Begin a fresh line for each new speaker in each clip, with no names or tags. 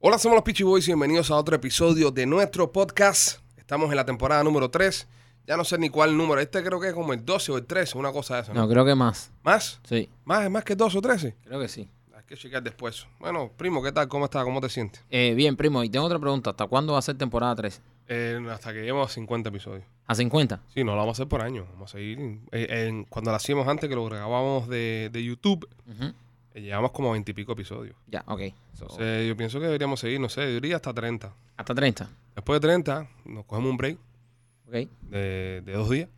Hola, somos los Peachy Boys y bienvenidos a otro episodio de nuestro podcast. Estamos en la temporada número 3. Ya no sé ni cuál número. Este creo que es como el 12 o el 13, una cosa de esa. ¿no?
No, creo que más.
¿Más?
Sí,
¿Más? ¿Es más que 12 o 13?
creo que sí.
Hay que checar después. Bueno, primo, ¿qué tal? ¿Cómo estás? ¿Cómo te sientes?
Eh, bien, primo, y tengo otra pregunta. ¿Hasta cuándo va a ser temporada 3?
Eh, hasta que llevemos 50 episodios.
¿A 50?
Sí, no lo vamos a hacer por año. Vamos a seguir. eh, en- cuando lo hacíamos antes, que lo grabábamos de, de YouTube,
Ujú.
eh, llevamos como 20 y pico episodios.
Ya, ok. So,
Entonces, yo pienso que deberíamos seguir, no sé, debería hasta 30.
hasta 30.
Después de 30, nos cogemos un break
Ok,
de, de dos días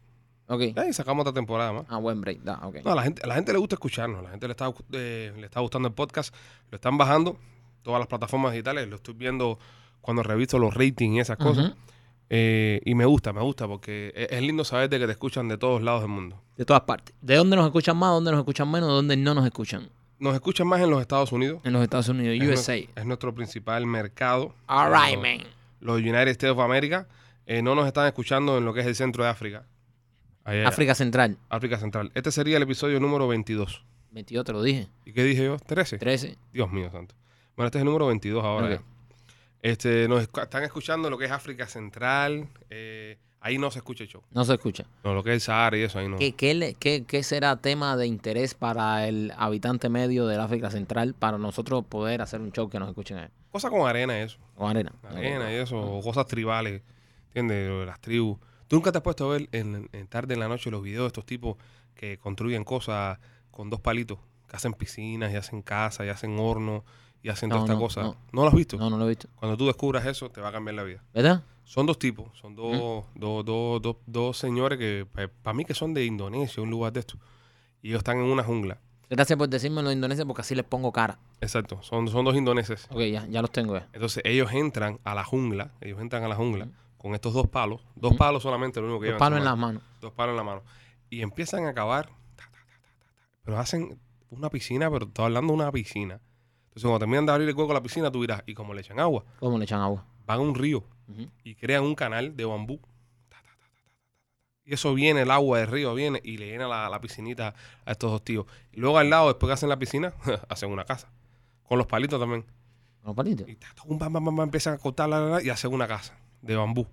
ok.
eh, y sacamos otra temporada más.
Ah, buen break. Da, ok.
No, a la gente, a la gente le gusta escucharnos, a la gente le está, eh, le está gustando el podcast, lo están bajando, todas las plataformas digitales, lo estoy viendo cuando reviso los ratings y esas cosas.
Ujú.
Eh, y me gusta, me gusta, porque e, es, es lindo saber de que te escuchan de todos lados del mundo.
De todas partes. ¿De dónde nos escuchan más, dónde nos escuchan menos, dónde no nos escuchan?
Nos escuchan más en los Estados Unidos.
En los Estados Unidos,
Es nue-
USA.
Es, nuestro principal mercado.
All right,
Los-
man.
Los United States of America. Eh, no nos están escuchando en lo que es el centro de África. Ahí,
África Central.
África Central. Este sería el episodio número 22.
22 te lo dije.
¿Y qué dije yo? 13.
13.
Dios mío, santo. Bueno, este es el número 22 ahora.
Ok.
ya. Este, nos escu- están escuchando lo que es África Central. eh, ahí no se escucha el show.
No se escucha.
No, lo que es el Sahara y eso, ahí no.
¿Qué, qué, le- qué- qué será tema de interés para el habitante medio del África Central para nosotros poder hacer un show que nos escuchen a él?
Cosas con arena, eso.
O arena.
Arena y eso, o cosas tribales. ¿Entiendes? Lo de Las tribus. ¿Tú nunca te has puesto a ver en, en tarde en la noche los videos de estos tipos que construyen cosas con dos palitos? Que hacen piscinas y hacen casas y hacen hornos y hacen
No,
toda esta
no,
cosa.
no.
No. lo has visto?
No, no lo he visto.
Cuando tú descubras eso, te va a cambiar la vida.
¿Verdad?
Son dos tipos, son dos, dos, dos, dos, dos señores que para mí que son de Indonesia, un lugar de estos. Y ellos están en una jungla.
Gracias por decirme los indoneses porque así les pongo cara.
Exacto, son, son dos indoneses.
Ok, ya, ya los tengo ya.
Entonces ellos entran a la jungla, ellos entran a la jungla con estos dos palos, dos palos solamente, lo único que
Los
llevan.
palos
son
en las manos.
Dos palos en la mano. Y empiezan a cavar, ta, ta, ta, ta, ta, ta. pero hacen una piscina, pero estoy hablando de una piscina. Entonces cuando terminan de abrir el hueco a la piscina, tú dirás, y como le echan agua,
¿Cómo le echan agua?
van a un río.
Ujú.
y crean un canal de bambú. Ta, ta, ta, ta, ta, ta, ta. Y eso viene, el agua del río viene y le llena la, la piscinita a estos dos tíos. Y luego al lado, después que hacen la piscina, hacen una casa. Con los palitos también.
Con los palitos.
Y ta, ta, un bam, bam, bam, bam, empiezan a cortar la, la, la, y hacen una casa de bambú.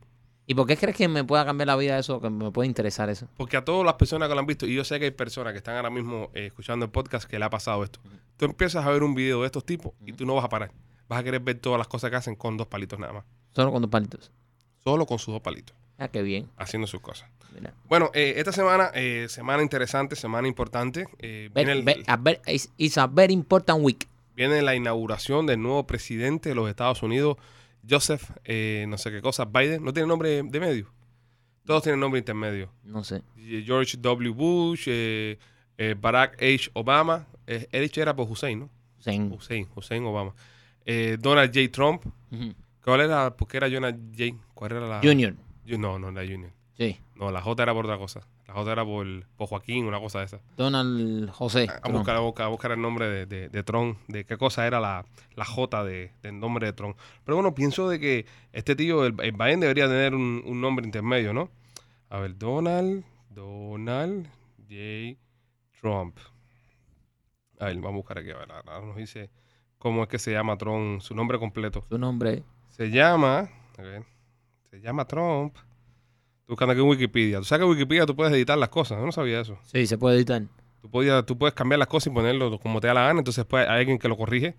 ¿Y por qué crees que me pueda cambiar la vida eso? Que me puede interesar eso.
Porque a todas las personas que lo han visto, y yo sé que hay personas que están ahora mismo eh, escuchando el podcast que le ha pasado esto. Tú empiezas a ver un video de estos tipos y tú no vas a parar. Vas a querer ver todas las cosas que hacen con dos palitos nada más.
Solo con dos palitos.
Solo con sus dos palitos,
Ah, qué bien.
haciendo sus cosas.
Mira.
Bueno, eh, esta semana, eh, semana interesante, semana importante. eh,
Ver-
viene, el-
ver- a ver, it's, it's a very important week.
viene la inauguración del nuevo presidente de los Estados Unidos, Joseph, eh, no sé qué cosa, Biden. No tiene nombre de medio. Todos tienen nombre intermedio.
No sé.
Y- George W. Bush, eh, eh, Barack H. Obama. eh, él era por Hussein, ¿no?
Zen.
Hussein, Hussein Obama. Eh, Donald J. Trump.
Ujú. Ah.
¿Cuál era? ¿Por qué era Donald J? ¿Cuál era la...?
Junior.
Ju- No, no, la Junior.
Sí.
No, la J era por otra cosa. La J era por, por Joaquín, una cosa de esa.
Donald José.
a
Trump.
buscar, a buscar, a buscar el nombre de, de, de Tron, de qué cosa era la, la J de, del nombre de Tron. Pero bueno, pienso de que este tío, el, el Biden, debería tener un, un nombre intermedio, ¿no? A ver, Donald, Donald J. Trump. A ver, vamos a buscar aquí, a ver, ahora nos dice cómo es que se llama Tron, su nombre completo.
Su nombre.
Se llama, a ver, se llama Trump. Estoy buscando aquí en Wikipedia. Tú sabes que en Wikipedia tú puedes editar las cosas, yo no sabía eso.
Sí, se puede editar.
Tú, podías, tú puedes cambiar las cosas y ponerlo como te da la gana, entonces después hay alguien que lo corrige.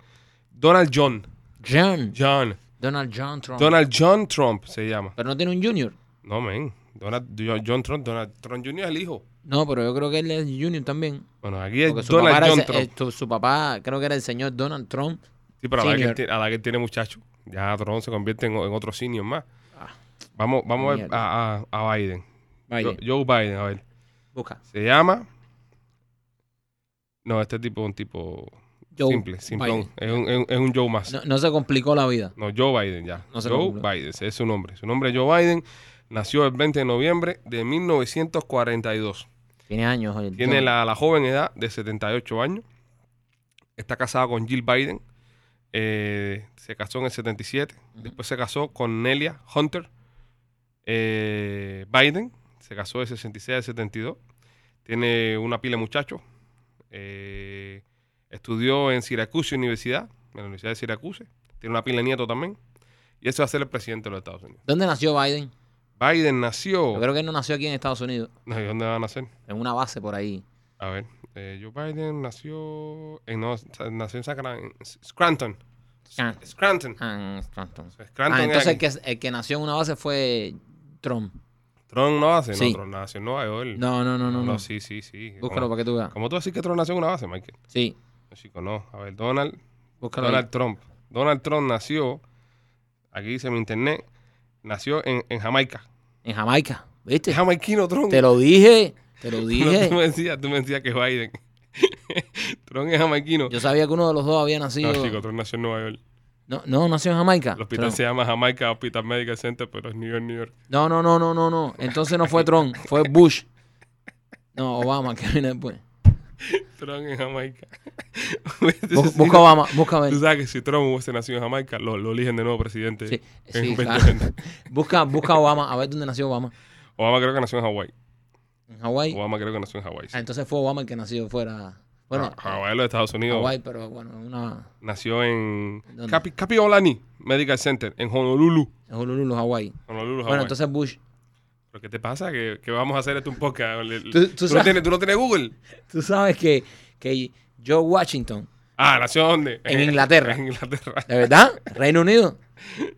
Donald John.
John.
John.
Donald John Trump.
Donald John Trump se llama.
Pero no tiene un junior.
No, men. Donald John, John Trump. Donald Trump Jr. es el hijo.
No, pero yo creo que él es junior también.
Bueno, aquí es
Porque su
Donald
papá, era
John
el-
Trump.
el- tu- su papá creo que era el señor Donald Trump.
sí, pero a la, vez que él
senior.
tiene, a la que él tiene muchacho. Ya Trump se convierte en, en otro senior más.
Ah,
Vamos, vamos a ver
mierda.
a, a- a Biden.
Biden.
Joe, Joe Biden, a ver.
Busca.
Se llama... No, este tipo es un tipo
Joe
simple, simplón.
Biden.
Es un, es un- es un Joe más.
No, no se complicó la vida.
No, Joe Biden ya.
No se
Joe
preocupe.
Biden, ese es su nombre. Su nombre es Joe Biden. Nació el 20 de noviembre de 1942.
Tiene años. oye,
Tiene
John.
la, la joven edad de 78 años. Está casado con Jill Biden. Eh, se casó en el 77. Después se casó con Nelia Hunter eh, Biden. Se casó de 66 al 72. Tiene una pila de muchachos. Eh, estudió en Syracuse Universidad, en la Universidad de Syracuse. tiene una pila de nieto también. Y ese va a ser el presidente de los Estados Unidos.
¿Dónde nació Biden?
Biden
Yo
nació.
creo que él no nació aquí en Estados Unidos,
No, ¿y ¿Dónde va a nacer?
en una base por ahí.
A ver, eh, Joe Biden nació en, no, nació en Sacra- en Scranton.
Ah.
Scranton.
Ah, en Scranton.
Scranton
Ah,
es
entonces el
aquí.
que, el que nació en una base fue Trump.
Tron no hace,
Sí.
no, Tron nació en Nueva York.
No, no, no, no. no.
sí, sí, sí.
Búscalo
¿Cómo,
para que tú veas.
cómo tú decís que Tron nació en una base, Michael?
Sí,
No, chico, no. A ver, Donald,
búscalo. ahí.
Donald Trump. Donald Trump nació, aquí dice mi internet, nació en, en Jamaica.
En Jamaica,
Es
¿viste?
jamaiquino Tron.
Te lo dije, te lo
Pero tú
dije.
me decías, tú me decías que Biden. Tron es jamaiquino.
Yo sabía que uno de los dos había nacido.
No, chico, Tron nació en Nueva York.
No, no, nació en Jamaica.
El hospital
Trump.
se llama Jamaica Hospital Medical Center, pero es New York, New York.
No, no, no, no, no, no. Entonces no fue Trump, fue Bush. No, Obama, que viene después.
Tron en Jamaica.
Bu- Busca Obama, busca a ver.
Tú sabes que si Trump hubiese nacido en Jamaica, lo, lo eligen de nuevo presidente.
Sí,
en
sí, claro.
2020.
Busca, busca a Obama, a ver dónde nació Obama.
Obama creo que nació en Hawái.
En Hawái.
Obama creo que nació en Hawái. sí.
Ah, entonces fue Obama el que nació fuera. Bueno,
Ha- Ah, Hawái es los Estados Unidos.
Hawái, pero bueno, una.
Nació en
¿Dónde?
Capi, Capiolani Medical Center, en Honolulu.
en Honolulu, Hawái.
Honolulu, Hawái.
Bueno, entonces Bush.
¿Pero qué te pasa? ¿Que, que vamos a hacer esto un podcast? Le- le-
Tú- tú
no
sabes-
tienes, tú no tienes Google?
Tú sabes que, que Joe Washington,
Ah, ¿nació dónde?
En Inglaterra.
en Inglaterra.
¿de verdad? Reino Unido.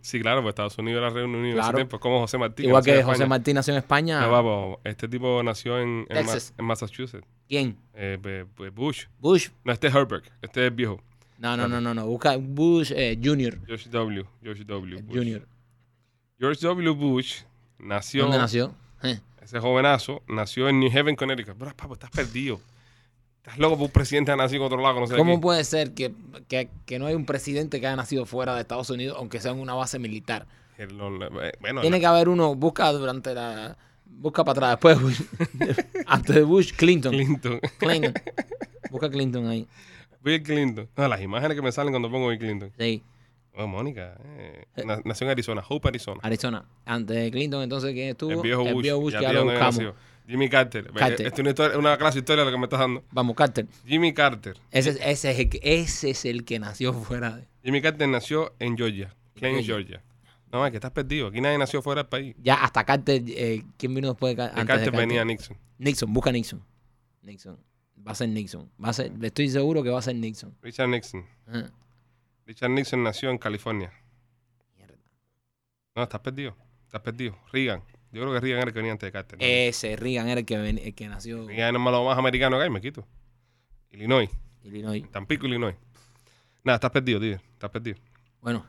Sí, claro, pues Estados Unidos era Reino Unido. en ese
Claro.
tiempo, como José Martí.
Igual
nació en
que
España.
José Martí nació en España.
No, vamos, este tipo nació en, en, Ma-
Ah. Texas.
en Massachusetts.
¿Quién?
Eh, be- be- Bush.
Bush.
No, este es Herbert. Este es viejo.
No, no, no, no, no. Busca Bush eh, Junior.
George W. George W. Bush.
Eh, Junior.
George W. Bush nació,
¿Dónde nació? Eh.
ese jovenazo, nació en New Haven, Connecticut. Bro, papo, estás perdido. Estás loco por un presidente que nació en otro lado, que no sé de
¿Cómo
aquí.
puede ser que, que- que no hay un presidente que haya nacido fuera de Estados Unidos, aunque sea en una base militar?
El- lo- lo- eh, Bueno,
Tiene que haber uno, busca durante la... Busca para atrás después, Bush. Antes de Bush, Clinton.
Clinton.
Clinton. Busca Clinton ahí.
Bill Clinton. No, las imágenes que me salen cuando pongo Bill Clinton.
Sí,
Oh, Mónica. eh, na- nació en Arizona, Hope, Arizona.
Arizona. Antes de Clinton, entonces, ¿quién estuvo?
El viejo Bush.
que
Ya
ya
vi
lo
dónde había nacido.
buscamos.
Jimmy Carter. Eh,
Carter.
Esto es una, historia- una clase de historia lo que me estás dando.
Vamos, Carter.
Jimmy Carter.
Ese, es- ese, es el, que- ese es el que nació fuera de...
Jimmy Carter nació en Georgia, Plain,
Georgia.
Georgia. No, es que estás perdido. Aquí nadie nació fuera del país.
Ya hasta Carter, eh, ¿quién vino después de, Car-
De
antes
Carter
de Carter?
venía Nixon.
Nixon, busca Nixon. Nixon. Va a ser Nixon. Va a ser, le estoy seguro que va a ser Nixon. Ah.
Richard Nixon.
Ajá.
Richard Nixon nació en California.
Mierda.
No, estás perdido. Estás perdido. Reagan. Yo creo que Reagan era el que venía antes de Carter. ¿no?
Ese Reagan era el que, ven- el que nació en
Reagan es más- lo más americano que hay, me quito. Illinois.
Illinois.
Tampico, Illinois. Nada, estás perdido, tío. Estás perdido.
Bueno,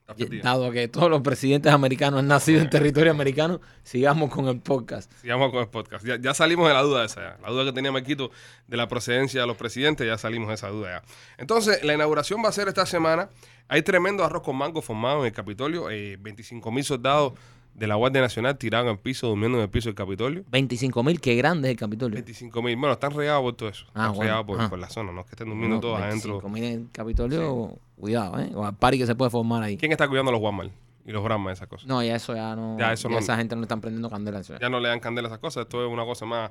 Estás
ya-
perdido.
dado que todos los presidentes americanos han nacido en territorio americano, sigamos con el podcast.
Sigamos con el podcast. Ya, ya salimos de la duda esa. ya. La duda que tenía Marquito de la procedencia de los presidentes, ya salimos de esa duda ya. Entonces, la inauguración va a ser esta semana. Hay tremendo arroz con mango formado en el Capitolio. 25 mil soldados de la Guardia Nacional tirados en el piso, durmiendo en el piso del Capitolio.
25 mil, qué grande es el Capitolio.
25 mil. Bueno, están regados por todo eso.
Ah,
están
bueno.
regados por,
Ah.
por la zona, no es que estén durmiendo todos adentro.
mil en el Capitolio, cuidado, ¿eh? O al party que se puede formar ahí.
¿Quién está cuidando a los Walmart y los Brahma, esas cosas?
No, ya eso ya no.
Ya eso no-
Esa gente no le están prendiendo candela. eso ya.
ya no le dan candela a esas cosas, esto es una cosa más,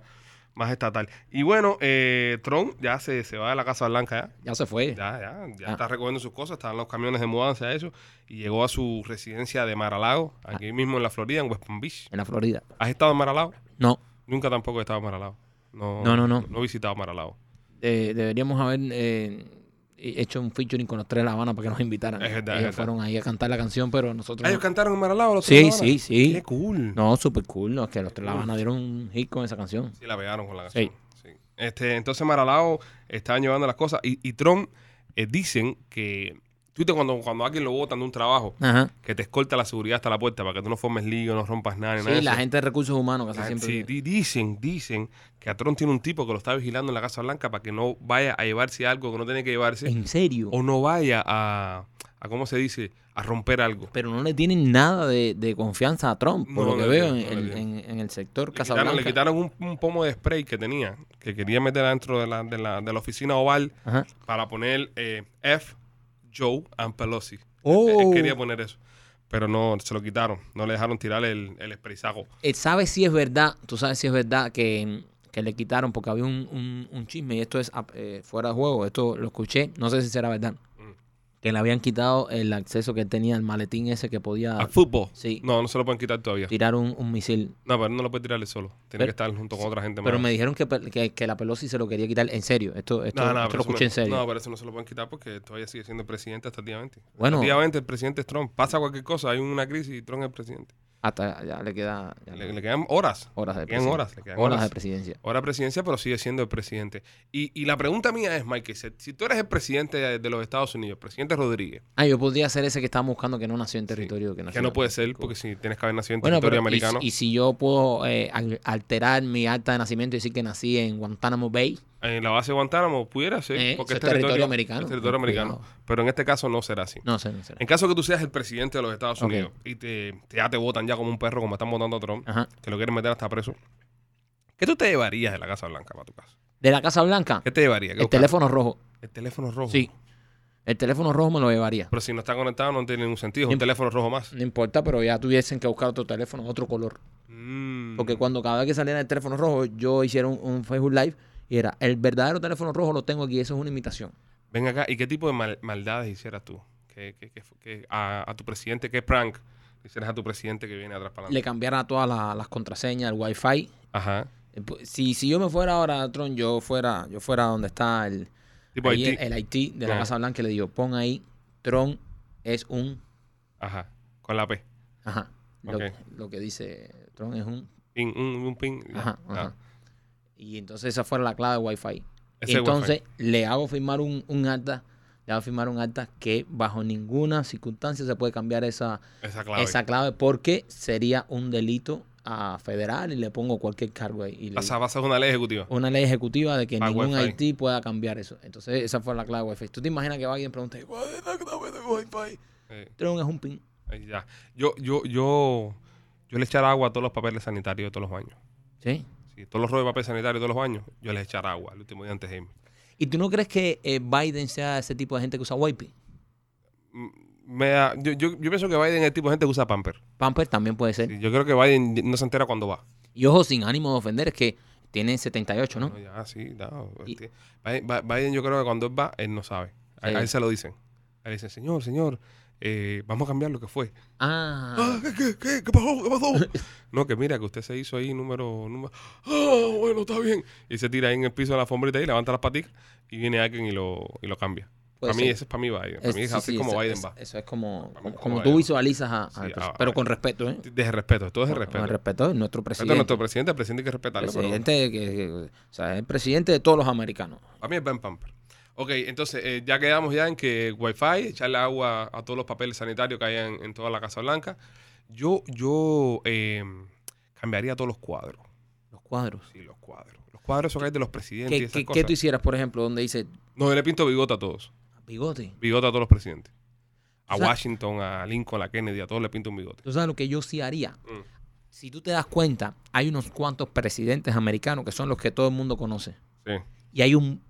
más estatal. Y bueno, eh, Trump ya se, se va de la Casa Blanca
Ya se fue.
ya, ya, ya, ya
Ah.
está recogiendo sus cosas, están los camiones de mudanza, eso, y llegó a su residencia de Maralago,
Ah.
aquí mismo en la Florida, en West Palm Beach.
En la Florida.
¿Has estado en Maralago?
No.
Nunca tampoco he estado en Maralago. No,
No, no, no.
he visitado Maralago.
eh, deberíamos haber eh, hecho un featuring con los tres de La Habana para que nos invitaran.
Es verdad, es
Ellos
verdad.
fueron ahí a cantar la canción, pero nosotros.
¿Ellos
no.
cantaron en Maralago? los
Sí,
tres ahora?
sí, sí.
Qué cool.
No, super cool, ¿no? Es que los tres de La Habana dieron un hit con esa canción.
Sí, la pegaron con la
Sí.
canción. Sí. Este, entonces Maralao estaban llevando las cosas y, y Trump eh, dicen que, tú te cuando, cuando alguien lo votan de un trabajo,
Ajá.
que te escolta la seguridad hasta la puerta para que tú no formes lío, no rompas nada. ni nada
Sí,
de
la
eso.
gente de recursos humanos casi
La gente-
siempre.
Ah, sí, di- dicen, dicen que a Trump tiene un tipo que lo está vigilando en la Casa Blanca para que no vaya a llevarse algo que no tiene que llevarse
En serio.
o no vaya a, a, ¿cómo se dice?, a romper algo.
Pero no le tienen nada de, de confianza a Trump, por
No
lo que
le
veo
tienen,
en,
no le
en- en el sector
Le quitaron, le
Casablanca.
quitaron un, un pomo de spray que tenía, que quería meter dentro de la, de la, de la oficina oval
Ajá.
para poner eh, F, Joe and Pelosi. Él-
Oh.
Él quería poner eso, pero no, se lo quitaron. No le dejaron tirar el, el spray saco.
Eh, ¿Sabes si es verdad? ¿Tú sabes si es verdad que, que le quitaron? Porque
Mm.
había un, un- un chisme y esto es ah, eh, fuera de juego. Esto lo escuché. No sé si será verdad. que le habían quitado el acceso que él tenía al maletín ese que podía
¿A fútbol?
Ah. sí,
No, no se lo pueden quitar todavía.
tirar un, un misil.
No, pero no lo puede tirarle solo. Tiene
Pero-
que estar junto con otra gente
Pero
más.
me dijeron que, pe- que, que la Pelosi se lo quería quitar en serio. Esto, esto,
No, no,
esto
pero
lo
eso no-
escuché en serio.
No, pero eso no se lo pueden quitar porque todavía sigue siendo presidente hasta el día 20.
Bueno.
Hasta el día 20 el presidente es Trump. Pasa cualquier cosa, hay una crisis y Trump es el presidente.
Hasta ya le queda ya
Le, le quedan horas.
horas de
le quedan
presidencia.
horas, le quedan
horas
horas.
de presidencia.
Ahora presidencia, pero sigue siendo el presidente. Y, y la pregunta mía es, Mike, si, si tú eres el presidente de, de los Estados Unidos, presidente Rodríguez,
Ah, yo podría ser ese que estaba buscando que no nació en territorio. que, nació
que no
en-
puede ser porque si tienes que haber nacido en
Bueno,
territorio
pero y si-
americano.
Y, si yo puedo eh, al- alterar mi acta de nacimiento y decir que nací en Guantánamo Bay,
En la base de Guantánamo pudiera ser,
Eh,
porque
eso
es
es territorio
territorio,
americano.
es territorio americano.
Cuidado.
Pero en este caso no será así.
no sé, no sé.
En caso que tú seas el presidente de los Estados
Ok.
Unidos y te, te- ya te votan ya como un perro, como están votando a Trump,
Ajá.
que lo quieren meter hasta preso, ¿qué tú te llevarías de la Casa Blanca para tu casa?
De la Casa Blanca,
¿Qué te llevarías? ¿Qué
el
buscas?
teléfono rojo.
El teléfono rojo.
Sí. El teléfono rojo me lo llevaría.
Pero si no está conectado no tiene ningún sentido. Es
Ni-
un teléfono rojo más.
No importa, pero ya tuviesen que buscar otro teléfono, otro color.
Mm.
Porque cuando cada vez que saliera el teléfono rojo, yo hiciera un, un Facebook Live y era, el verdadero teléfono rojo lo tengo aquí, eso es una imitación.
Ven acá, ¿y qué tipo de mal- maldades hicieras tú? ¿Qué, qué- qué- qué- a, a tu presidente, ¿qué prank hicieras a tu presidente que viene atrás para
Le
adelante?
cambiara todas la- las contraseñas, el wifi.
Ajá.
Eh, pu- Si, si yo me fuera ahora a Tron, yo fuera, yo fuera donde está el,
Tipo
ahí
Haití.
el, el IT de la
Ajá.
Casa Blanca y le digo, pon ahí, Tron es un...
Ajá. Con la P.
Ajá. Lo,
Ok.
lo que dice, Tron es un...
Pin, un, un pin. ya.
Ajá,
Ah,
ajá. Y entonces esa fuera la clave de Wi-Fi.
ese
Y entonces le hago firmar un, un acta, le hago firmar un acta que bajo ninguna circunstancia se puede cambiar esa
wifi, esa clave.
esa clave porque sería un delito a federal y le pongo cualquier cargo ahí. Y le-
Pasa, pasa una ley ejecutiva.
una ley ejecutiva de que
Pa'
ningún
Wi-Fi.
Haití pueda cambiar eso. Entonces esa fue la clave de Wi-Fi. ¿Tú te imaginas que alguien pregunte, ¿cuál es la clave de Wi-Fi?
Eh,
Tron es un pin.
ahí ya. Yo, yo, yo, yo le echara agua a todos los papeles sanitarios de todos los baños.
¿Sí?
Sí, todos los rollos de papel sanitario de todos los baños, yo les echara agua el último día antes de irme.
¿Y tú no crees que eh, Biden sea ese tipo de gente que usa Wi-Fi?
Mm, me da- yo, yo, yo pienso que Biden es el tipo de gente que usa pamper.
Pamper también puede ser.
Sí, yo creo que Biden no se entera cuando va.
Y ojo, sin ánimo de ofender, es que tiene 78, ¿no?
No, ya, sí, no,
Y-
este, Biden, Bi- Biden yo creo que cuando él va, él no sabe. A,
Sí.
a él se lo dicen. A él dicen, señor, señor, eh, vamos a cambiar lo que fue.
Ah,
Ah, ¿qué, qué, qué, qué pasó? ¿Qué pasó? no, que mira, que usted se hizo ahí número... número ah, bueno, está bien. Y se tira ahí en el piso de la alfombrita y levanta las paticas y viene alguien y lo, y lo cambia.
Puede
Para mí,
ser.
ese es para mí Biden. Para
Pues es-
mí es
sí,
así
sí,
como
eso-
Biden
eso-
va.
Eso es
Para
como,
mí
como,
es como
como tú
Biden.
visualizas a, al
Sí, ah,
pres-
a-
pero
a-
con respeto, ¿eh?
Desde respeto, todo es
Con-
respeto.
Con
Respeto
respeto de nuestro
a
presidente.
nuestro presidente, el presidente hay que respetarlo. pero-
presidente que, que- o sea, es el presidente de todos los americanos.
A mí es Ben Pamper. Ok, entonces eh, ya quedamos ya en que Wi-Fi, echarle agua a todos los papeles sanitarios que hay en, en toda la Casa Blanca. Yo, yo eh, cambiaría todos los cuadros.
Los cuadros.
Sí, los cuadros. Los cuadros esos que hay de los presidentes y
¿Qué,
esas
qué- qué
cosas.
tú hicieras, por ejemplo, donde dice
No, yo le pinto bigote a todos.
bigote?
Bigote a todos los presidentes. A
O sea-
Washington, a Lincoln, a Kennedy, a todos le pinto un bigote.
¿Tú sabes lo que yo sí haría?
Mm.
Si tú te das cuenta, hay unos cuantos presidentes americanos que son los que todo el mundo conoce.
Sí.
Y hay un,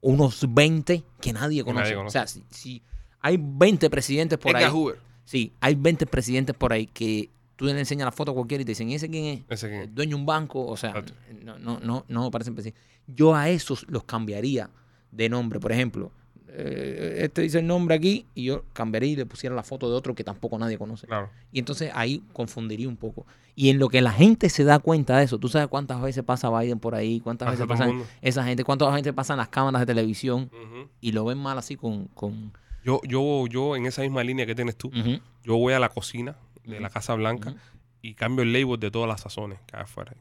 unos 20 que nadie conoce.
nadie conoce.
O sea, si, si hay 20 presidentes por
Edgar
ahí.
Hoover.
Sí, hay 20 presidentes por ahí que tú le enseñas la foto a cualquiera y te dicen, ¿y ese quién es?
Ese quién es.
El dueño de un banco, o sea,
Exacto.
no, no, no, no parecen presidentes. Yo a esos los cambiaría de nombre, por ejemplo. eh, este dice el nombre aquí y yo cambiaría y le pusiera la foto de otro que tampoco nadie conoce.
Claro.
Y entonces ahí confundiría un poco. Y en lo que la gente se da cuenta de eso, tú sabes cuántas veces pasa Biden por ahí, cuántas
Pasa
veces
todo el
pasan
mundo.
esa gente, cuántas veces pasan las cámaras de televisión
Ujú.
y lo ven mal así con... con
yo, yo, yo, en esa misma línea que tienes tú,
Ujú,
yo voy a la cocina de la Casa Blanca
Ujú.
y cambio el label de todas las sazones que hay afuera.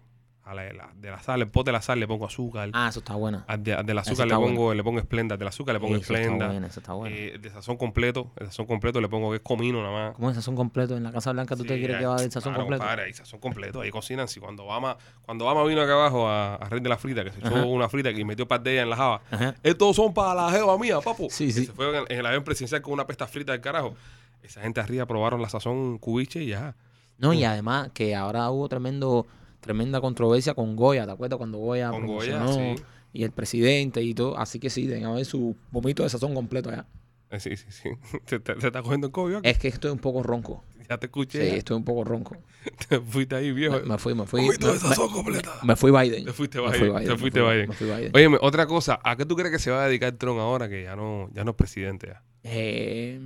A la, de la- de la sal, el pot de la sal le pongo azúcar.
Ah, eso está buena.
Al de, al del azúcar le
está
pongo, le pongo esplenda. Al del azúcar le pongo
Eso está
esplenda.
buena, eso está buena.
Eh, el de sazón completo, el sazón completo le pongo que es comino nada más.
¿Cómo es sazón completo en la Casa Blanca? ¿Tú te
Sí,
crees que va a haber sazón
claro,
completo?
compadre, ahí sazón completo, ahí cocinan. Si cuando Obama, cuando Obama vino acá abajo a, a Red de la Frita, que se echó
Ajá.
una frita que metió par de ella en la java,
Ajá.
estos son para la jeva mía, papu.
Sí,
que
sí.
se fue en, en el avión presidencial con una pesta frita del carajo. Esa gente arriba probaron la sazón cubiche y ya.
No, y además que ahora hubo tremendo, tremenda controversia con Goya, ¿te acuerdas cuando Goya
Con Goya,
promocionó
sí.
y el presidente y todo? Así que sí, deben haber su vomito de sazón completo allá.
Eh, sí, sí, sí. Te, te- te está cogiendo el COVID,
Es que estoy un poco ronco.
ya te
Eh, Sí,
escuché.
estoy un poco ronco.
Te fuiste ahí, viejo.
Me, me fui, me fui.
Vomito
Me,
de sazón completa.
me- me fui Biden.
Te fuiste
Me
Biden,
fui
te
me
fuiste
fui-
Biden.
Me fui Biden.
Óyeme, otra cosa, ¿a qué tú crees que se va a dedicar Tron ahora que ya no, ya no es presidente? Ya?
eh,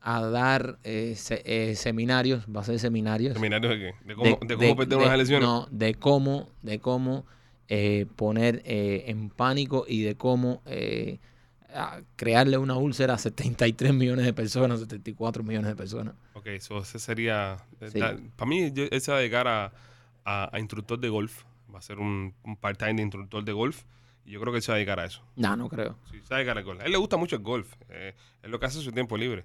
a dar eh, se- eh, seminarios, va a ser seminarios.
¿Seminario de qué? ¿De cómo, de, cómo perder
de-
unas elecciones?
No, de cómo, de cómo eh, poner eh, en pánico y de cómo eh, a- crearle una úlcera a 73 millones de personas, 74 millones de personas.
Ok, eso ese sería... eh,
Sí.
Para mí, yo- él se va a dedicar a, a- a instructor de golf. Va a ser un, un part-time de instructor de golf. Y yo creo que él se va a dedicar a eso.
No, no creo.
Sí, se va a dedicar al golf. A él le gusta mucho el golf. eh, es lo que hace en su tiempo libre.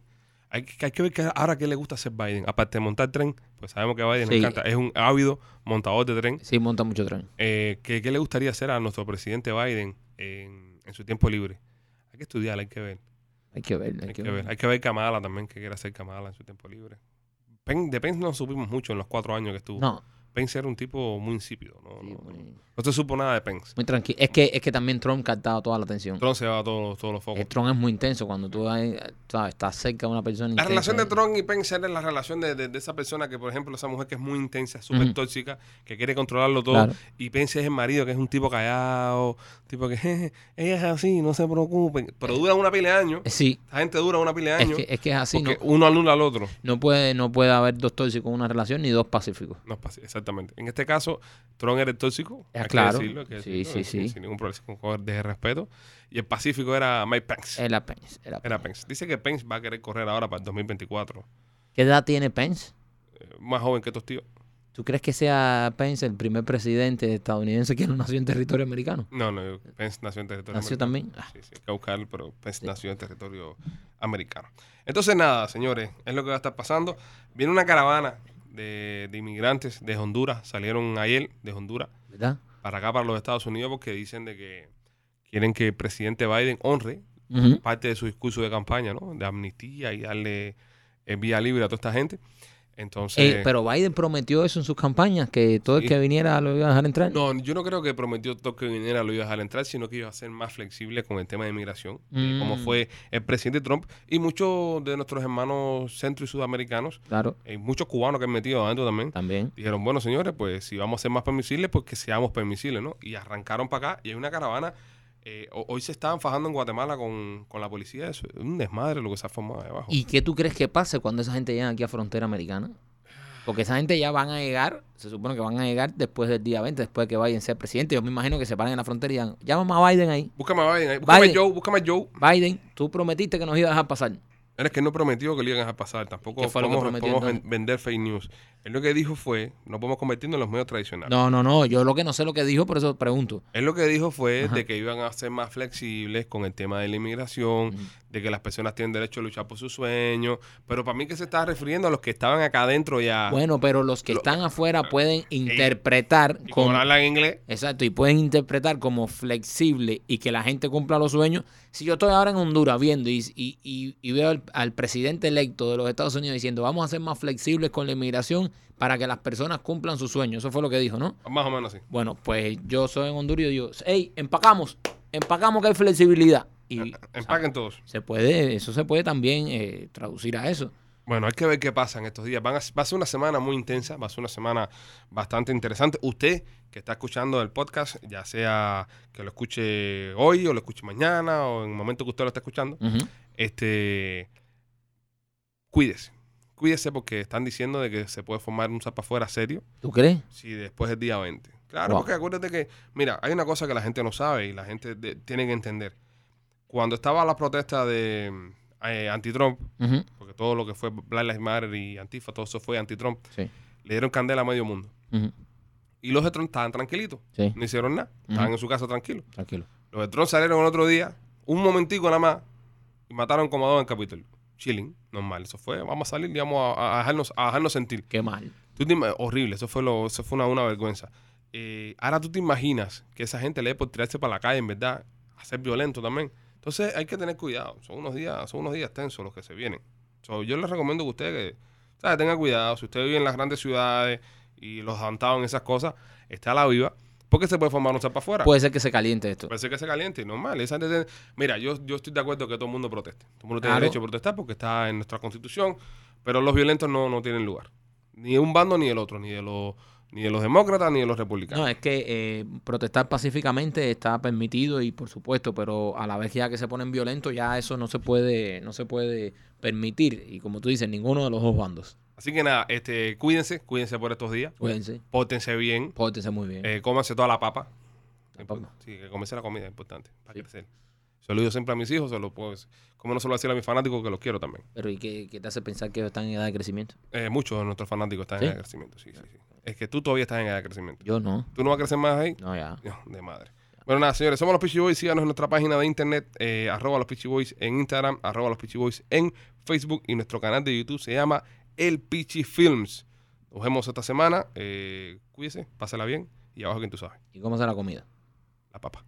Hay que, hay que ver que ahora qué le gusta hacer Biden. Aparte de montar tren, pues sabemos que a Biden le
Sí.
encanta. Es un ávido montador de tren.
Sí, monta mucho tren.
Eh, ¿qué, qué le gustaría hacer a nuestro presidente Biden en, en su tiempo libre? Hay que estudiar, hay que ver.
Hay que ver,
Hay que ver. Hay que ver Kamala también, que quiere hacer Kamala en su tiempo libre. Pen- de Pence no supimos mucho en los cuatro años que estuvo.
No,
Pence era un tipo muy insípido. No,
sí,
no,
muy,
no se supo nada de Pence.
tranquilo. Es que, es que también Trump captaba toda la atención.
Trump se va a todos, todos los focos.
El Trump es muy intenso cuando tú ahí, sabes, estás cerca de una persona.
La
intensa,
relación de
¿eh?
Trump y Pence era la relación de, de- de esa persona que, por ejemplo, esa mujer que es muy intensa, súper
Ujú.
tóxica, que quiere controlarlo todo.
Claro.
Y Pence es el marido, que es un tipo callado, tipo que "Jeje, ella es así, no se preocupen. Pero dura una pila de años.
Eh, Sí,
Esta gente dura una pila de
es
años.
que, es que es así. No,
este porque uno anula al otro.
no, puede, no puede haber dos tóxicos en una relación ni dos pacíficos.
No es fácil, exactamente. En este caso, Tron era el tóxico.
Ah, claro.
Que decirlo, hay que
Sí,
decirlo,
sí,
sin,
sí.
sin ningún problema, con coger de respeto. Y el Pacífico era Mike Pence.
Era Pence. Era Pence.
Era Pence. Dice que Pence va a querer correr ahora para el 2024.
¿Qué edad tiene Pence?
Eh, Más joven que estos tíos.
¿Tú crees que sea Pence el primer presidente estadounidense que no nació en territorio americano?
No, no, Pence nació en territorio
Nació
americano.
también. Ah,
Sí, sí, hay que buscarlo, pero Pence nació en territorio americano. Entonces, nada, señores, es lo que va a estar pasando. Viene una caravana de, de inmigrantes de Honduras. Salieron ayer de Honduras.
¿Verdad?
para acá, para los Estados Unidos, porque dicen de que quieren que el presidente Biden honre
Ujú.
parte de su discurso de campaña, ¿no? De amnistía y darle eh, vía libre a toda esta gente. Entonces,
Eh, pero Biden prometió eso en sus campañas, que todo
Sí.
el que viniera lo iba a dejar entrar.
no, yo no creo que prometió todo que viniera lo iba a dejar entrar, sino que iba a ser más flexible con el tema de inmigración, eh, como
Mm.
fue el presidente Trump y muchos de nuestros hermanos centro y sudamericanos,
Claro,
eh, muchos cubanos que han metido adentro también.
también.
Dijeron, bueno, señores, pues si vamos a ser más permisibles, pues que seamos permisibles, ¿no? Y arrancaron para acá y hay una caravana. eh, ho- hoy se estaban fajando en Guatemala con, con la policía. Eso es un desmadre lo que se ha formado ahí abajo.
¿Y qué tú crees que pase cuando esa gente llega aquí a frontera americana? Porque esa gente ya van a llegar, se supone que van a llegar después del día 20, después de que Biden sea presidente. Yo me imagino que se paren en la frontera y digan, llámame a Biden ahí.
Búscame a Biden ahí. Búscame a
Biden.
Joe, búscame a Joe.
Biden, tú prometiste que nos iba a dejar pasar.
Era que él no prometió que le iban a dejar pasar. Tampoco
¿Qué fue lo que
podemos,
prometió
podemos ven-
entonces?
vender fake news. Él lo que dijo fue, no podemos convertirnos en los medios tradicionales.
No, no, no, yo lo que no sé lo que dijo, por eso pregunto.
Él lo que dijo fue
Ajá.
de que iban a ser más flexibles con el tema de la inmigración,
Ujú.
de que las personas tienen derecho a luchar por sus sueños. Pero para mí que se estaba refiriendo a los que estaban acá adentro ya.
Bueno, pero los que
Ah. Lo- eh,
están afuera pueden interpretar
y como
como,
no hablan inglés,
exacto y pueden interpretar como flexible y que la gente cumpla los sueños. Si yo estoy ahora en Honduras viendo y, y- y- y veo al, al presidente electo de los Estados Unidos diciendo vamos a ser más flexibles con la inmigración para que las personas cumplan sus sueños, eso fue lo que dijo, ¿no?
más o menos así.
Bueno, pues yo soy en Honduras y digo, hey, empacamos, empacamos que hay flexibilidad y
Empaquen todos.
se puede, eso se puede también eh, traducir a eso.
Bueno, hay que ver qué pasa en estos días. Van a- va a ser una semana muy intensa, va a ser una semana bastante interesante. Usted que está escuchando el podcast, ya sea que lo escuche hoy o lo escuche mañana o en el momento que usted lo está escuchando,
Ujú.
este, cuídese. Cuídese porque están diciendo de que se puede formar un zapafuera serio
¿Tú crees?
si después del día 20. Claro,
Wow.
porque acuérdate que, mira, hay una cosa que la gente no sabe y la gente de- tiene que entender. Cuando estaba la protesta de eh, anti-Trump,
Ujú.
porque todo lo que fue Black Lives Matter y Antifa, todo eso fue anti-Trump,
Sí.
le dieron candela a medio mundo.
Ujú.
Y los de Trump estaban tranquilitos,
Sí,
no hicieron nada, estaban en su casa tranquilos.
tranquilo.
Los de Trump salieron el otro día, un momentico nada más, y mataron como a dos en el Capitolio. Chilling, normal, eso fue, vamos a salir y vamos a, a dejarnos, a dejarnos sentir.
Qué mal.
Tú te ima- horrible, eso fue, lo, eso fue una, una vergüenza. Eh, ahora tú te imaginas que esa gente le dé por tirarse para la calle, en verdad, a ser violento también. Entonces hay que tener cuidado. Son unos días, son unos días tensos los que se vienen. So, yo les recomiendo que ustedes que, ¿sabe? tengan cuidado. Si usted vive en las grandes ciudades y los downtown, esas cosas, está a la viva, porque se puede formar un para afuera.
Puede ser que se caliente esto.
Parece que se caliente, normal. Esa gente tiene- Mira, yo, yo estoy de acuerdo que todo el mundo proteste. Todo el mundo tiene
Claro.
derecho a protestar porque está en nuestra constitución, pero los violentos no, no tienen lugar. Ni un bando ni el otro, ni de los, ni Ni de los demócratas ni de los republicanos.
No, es que eh, protestar pacíficamente está permitido y por supuesto, pero a la vez ya que se ponen violentos, ya eso no se puede, no se puede permitir. Y como tú dices, ninguno de los dos bandos.
Así que nada, este, cuídense, cuídense por estos días.
Cuídense,
Pótense bien.
pórtense muy bien.
Eh, cómanse toda la papa.
La papa.
Sí, que comerse la comida es importante para
Sí.
crecer. Se lo digo siempre a mis hijos, se lo puedo decir. Como no se lo decir a mis fanáticos, que los quiero también.
Pero ¿y qué, qué te hace pensar que ellos están en edad de crecimiento?
Eh, muchos de nuestros fanáticos están
¿Sí?
en edad de crecimiento. Sí, sí, sí. Es que tú todavía estás en edad de crecimiento.
Yo no.
¿Tú no vas a crecer más ahí?
No, ya.
No, de madre. Bueno, nada, señores, somos los Peachy Boys. Síganos en nuestra página de internet, eh, arroba los Peachy Boys en Instagram, arroba los Peachy Boys en Facebook y nuestro canal de YouTube se llama El Peachy Films. Nos vemos esta semana. Eh, cuídese, pásala bien y abajo quien tú sabes,
¿Y cómo está la comida?
la papa.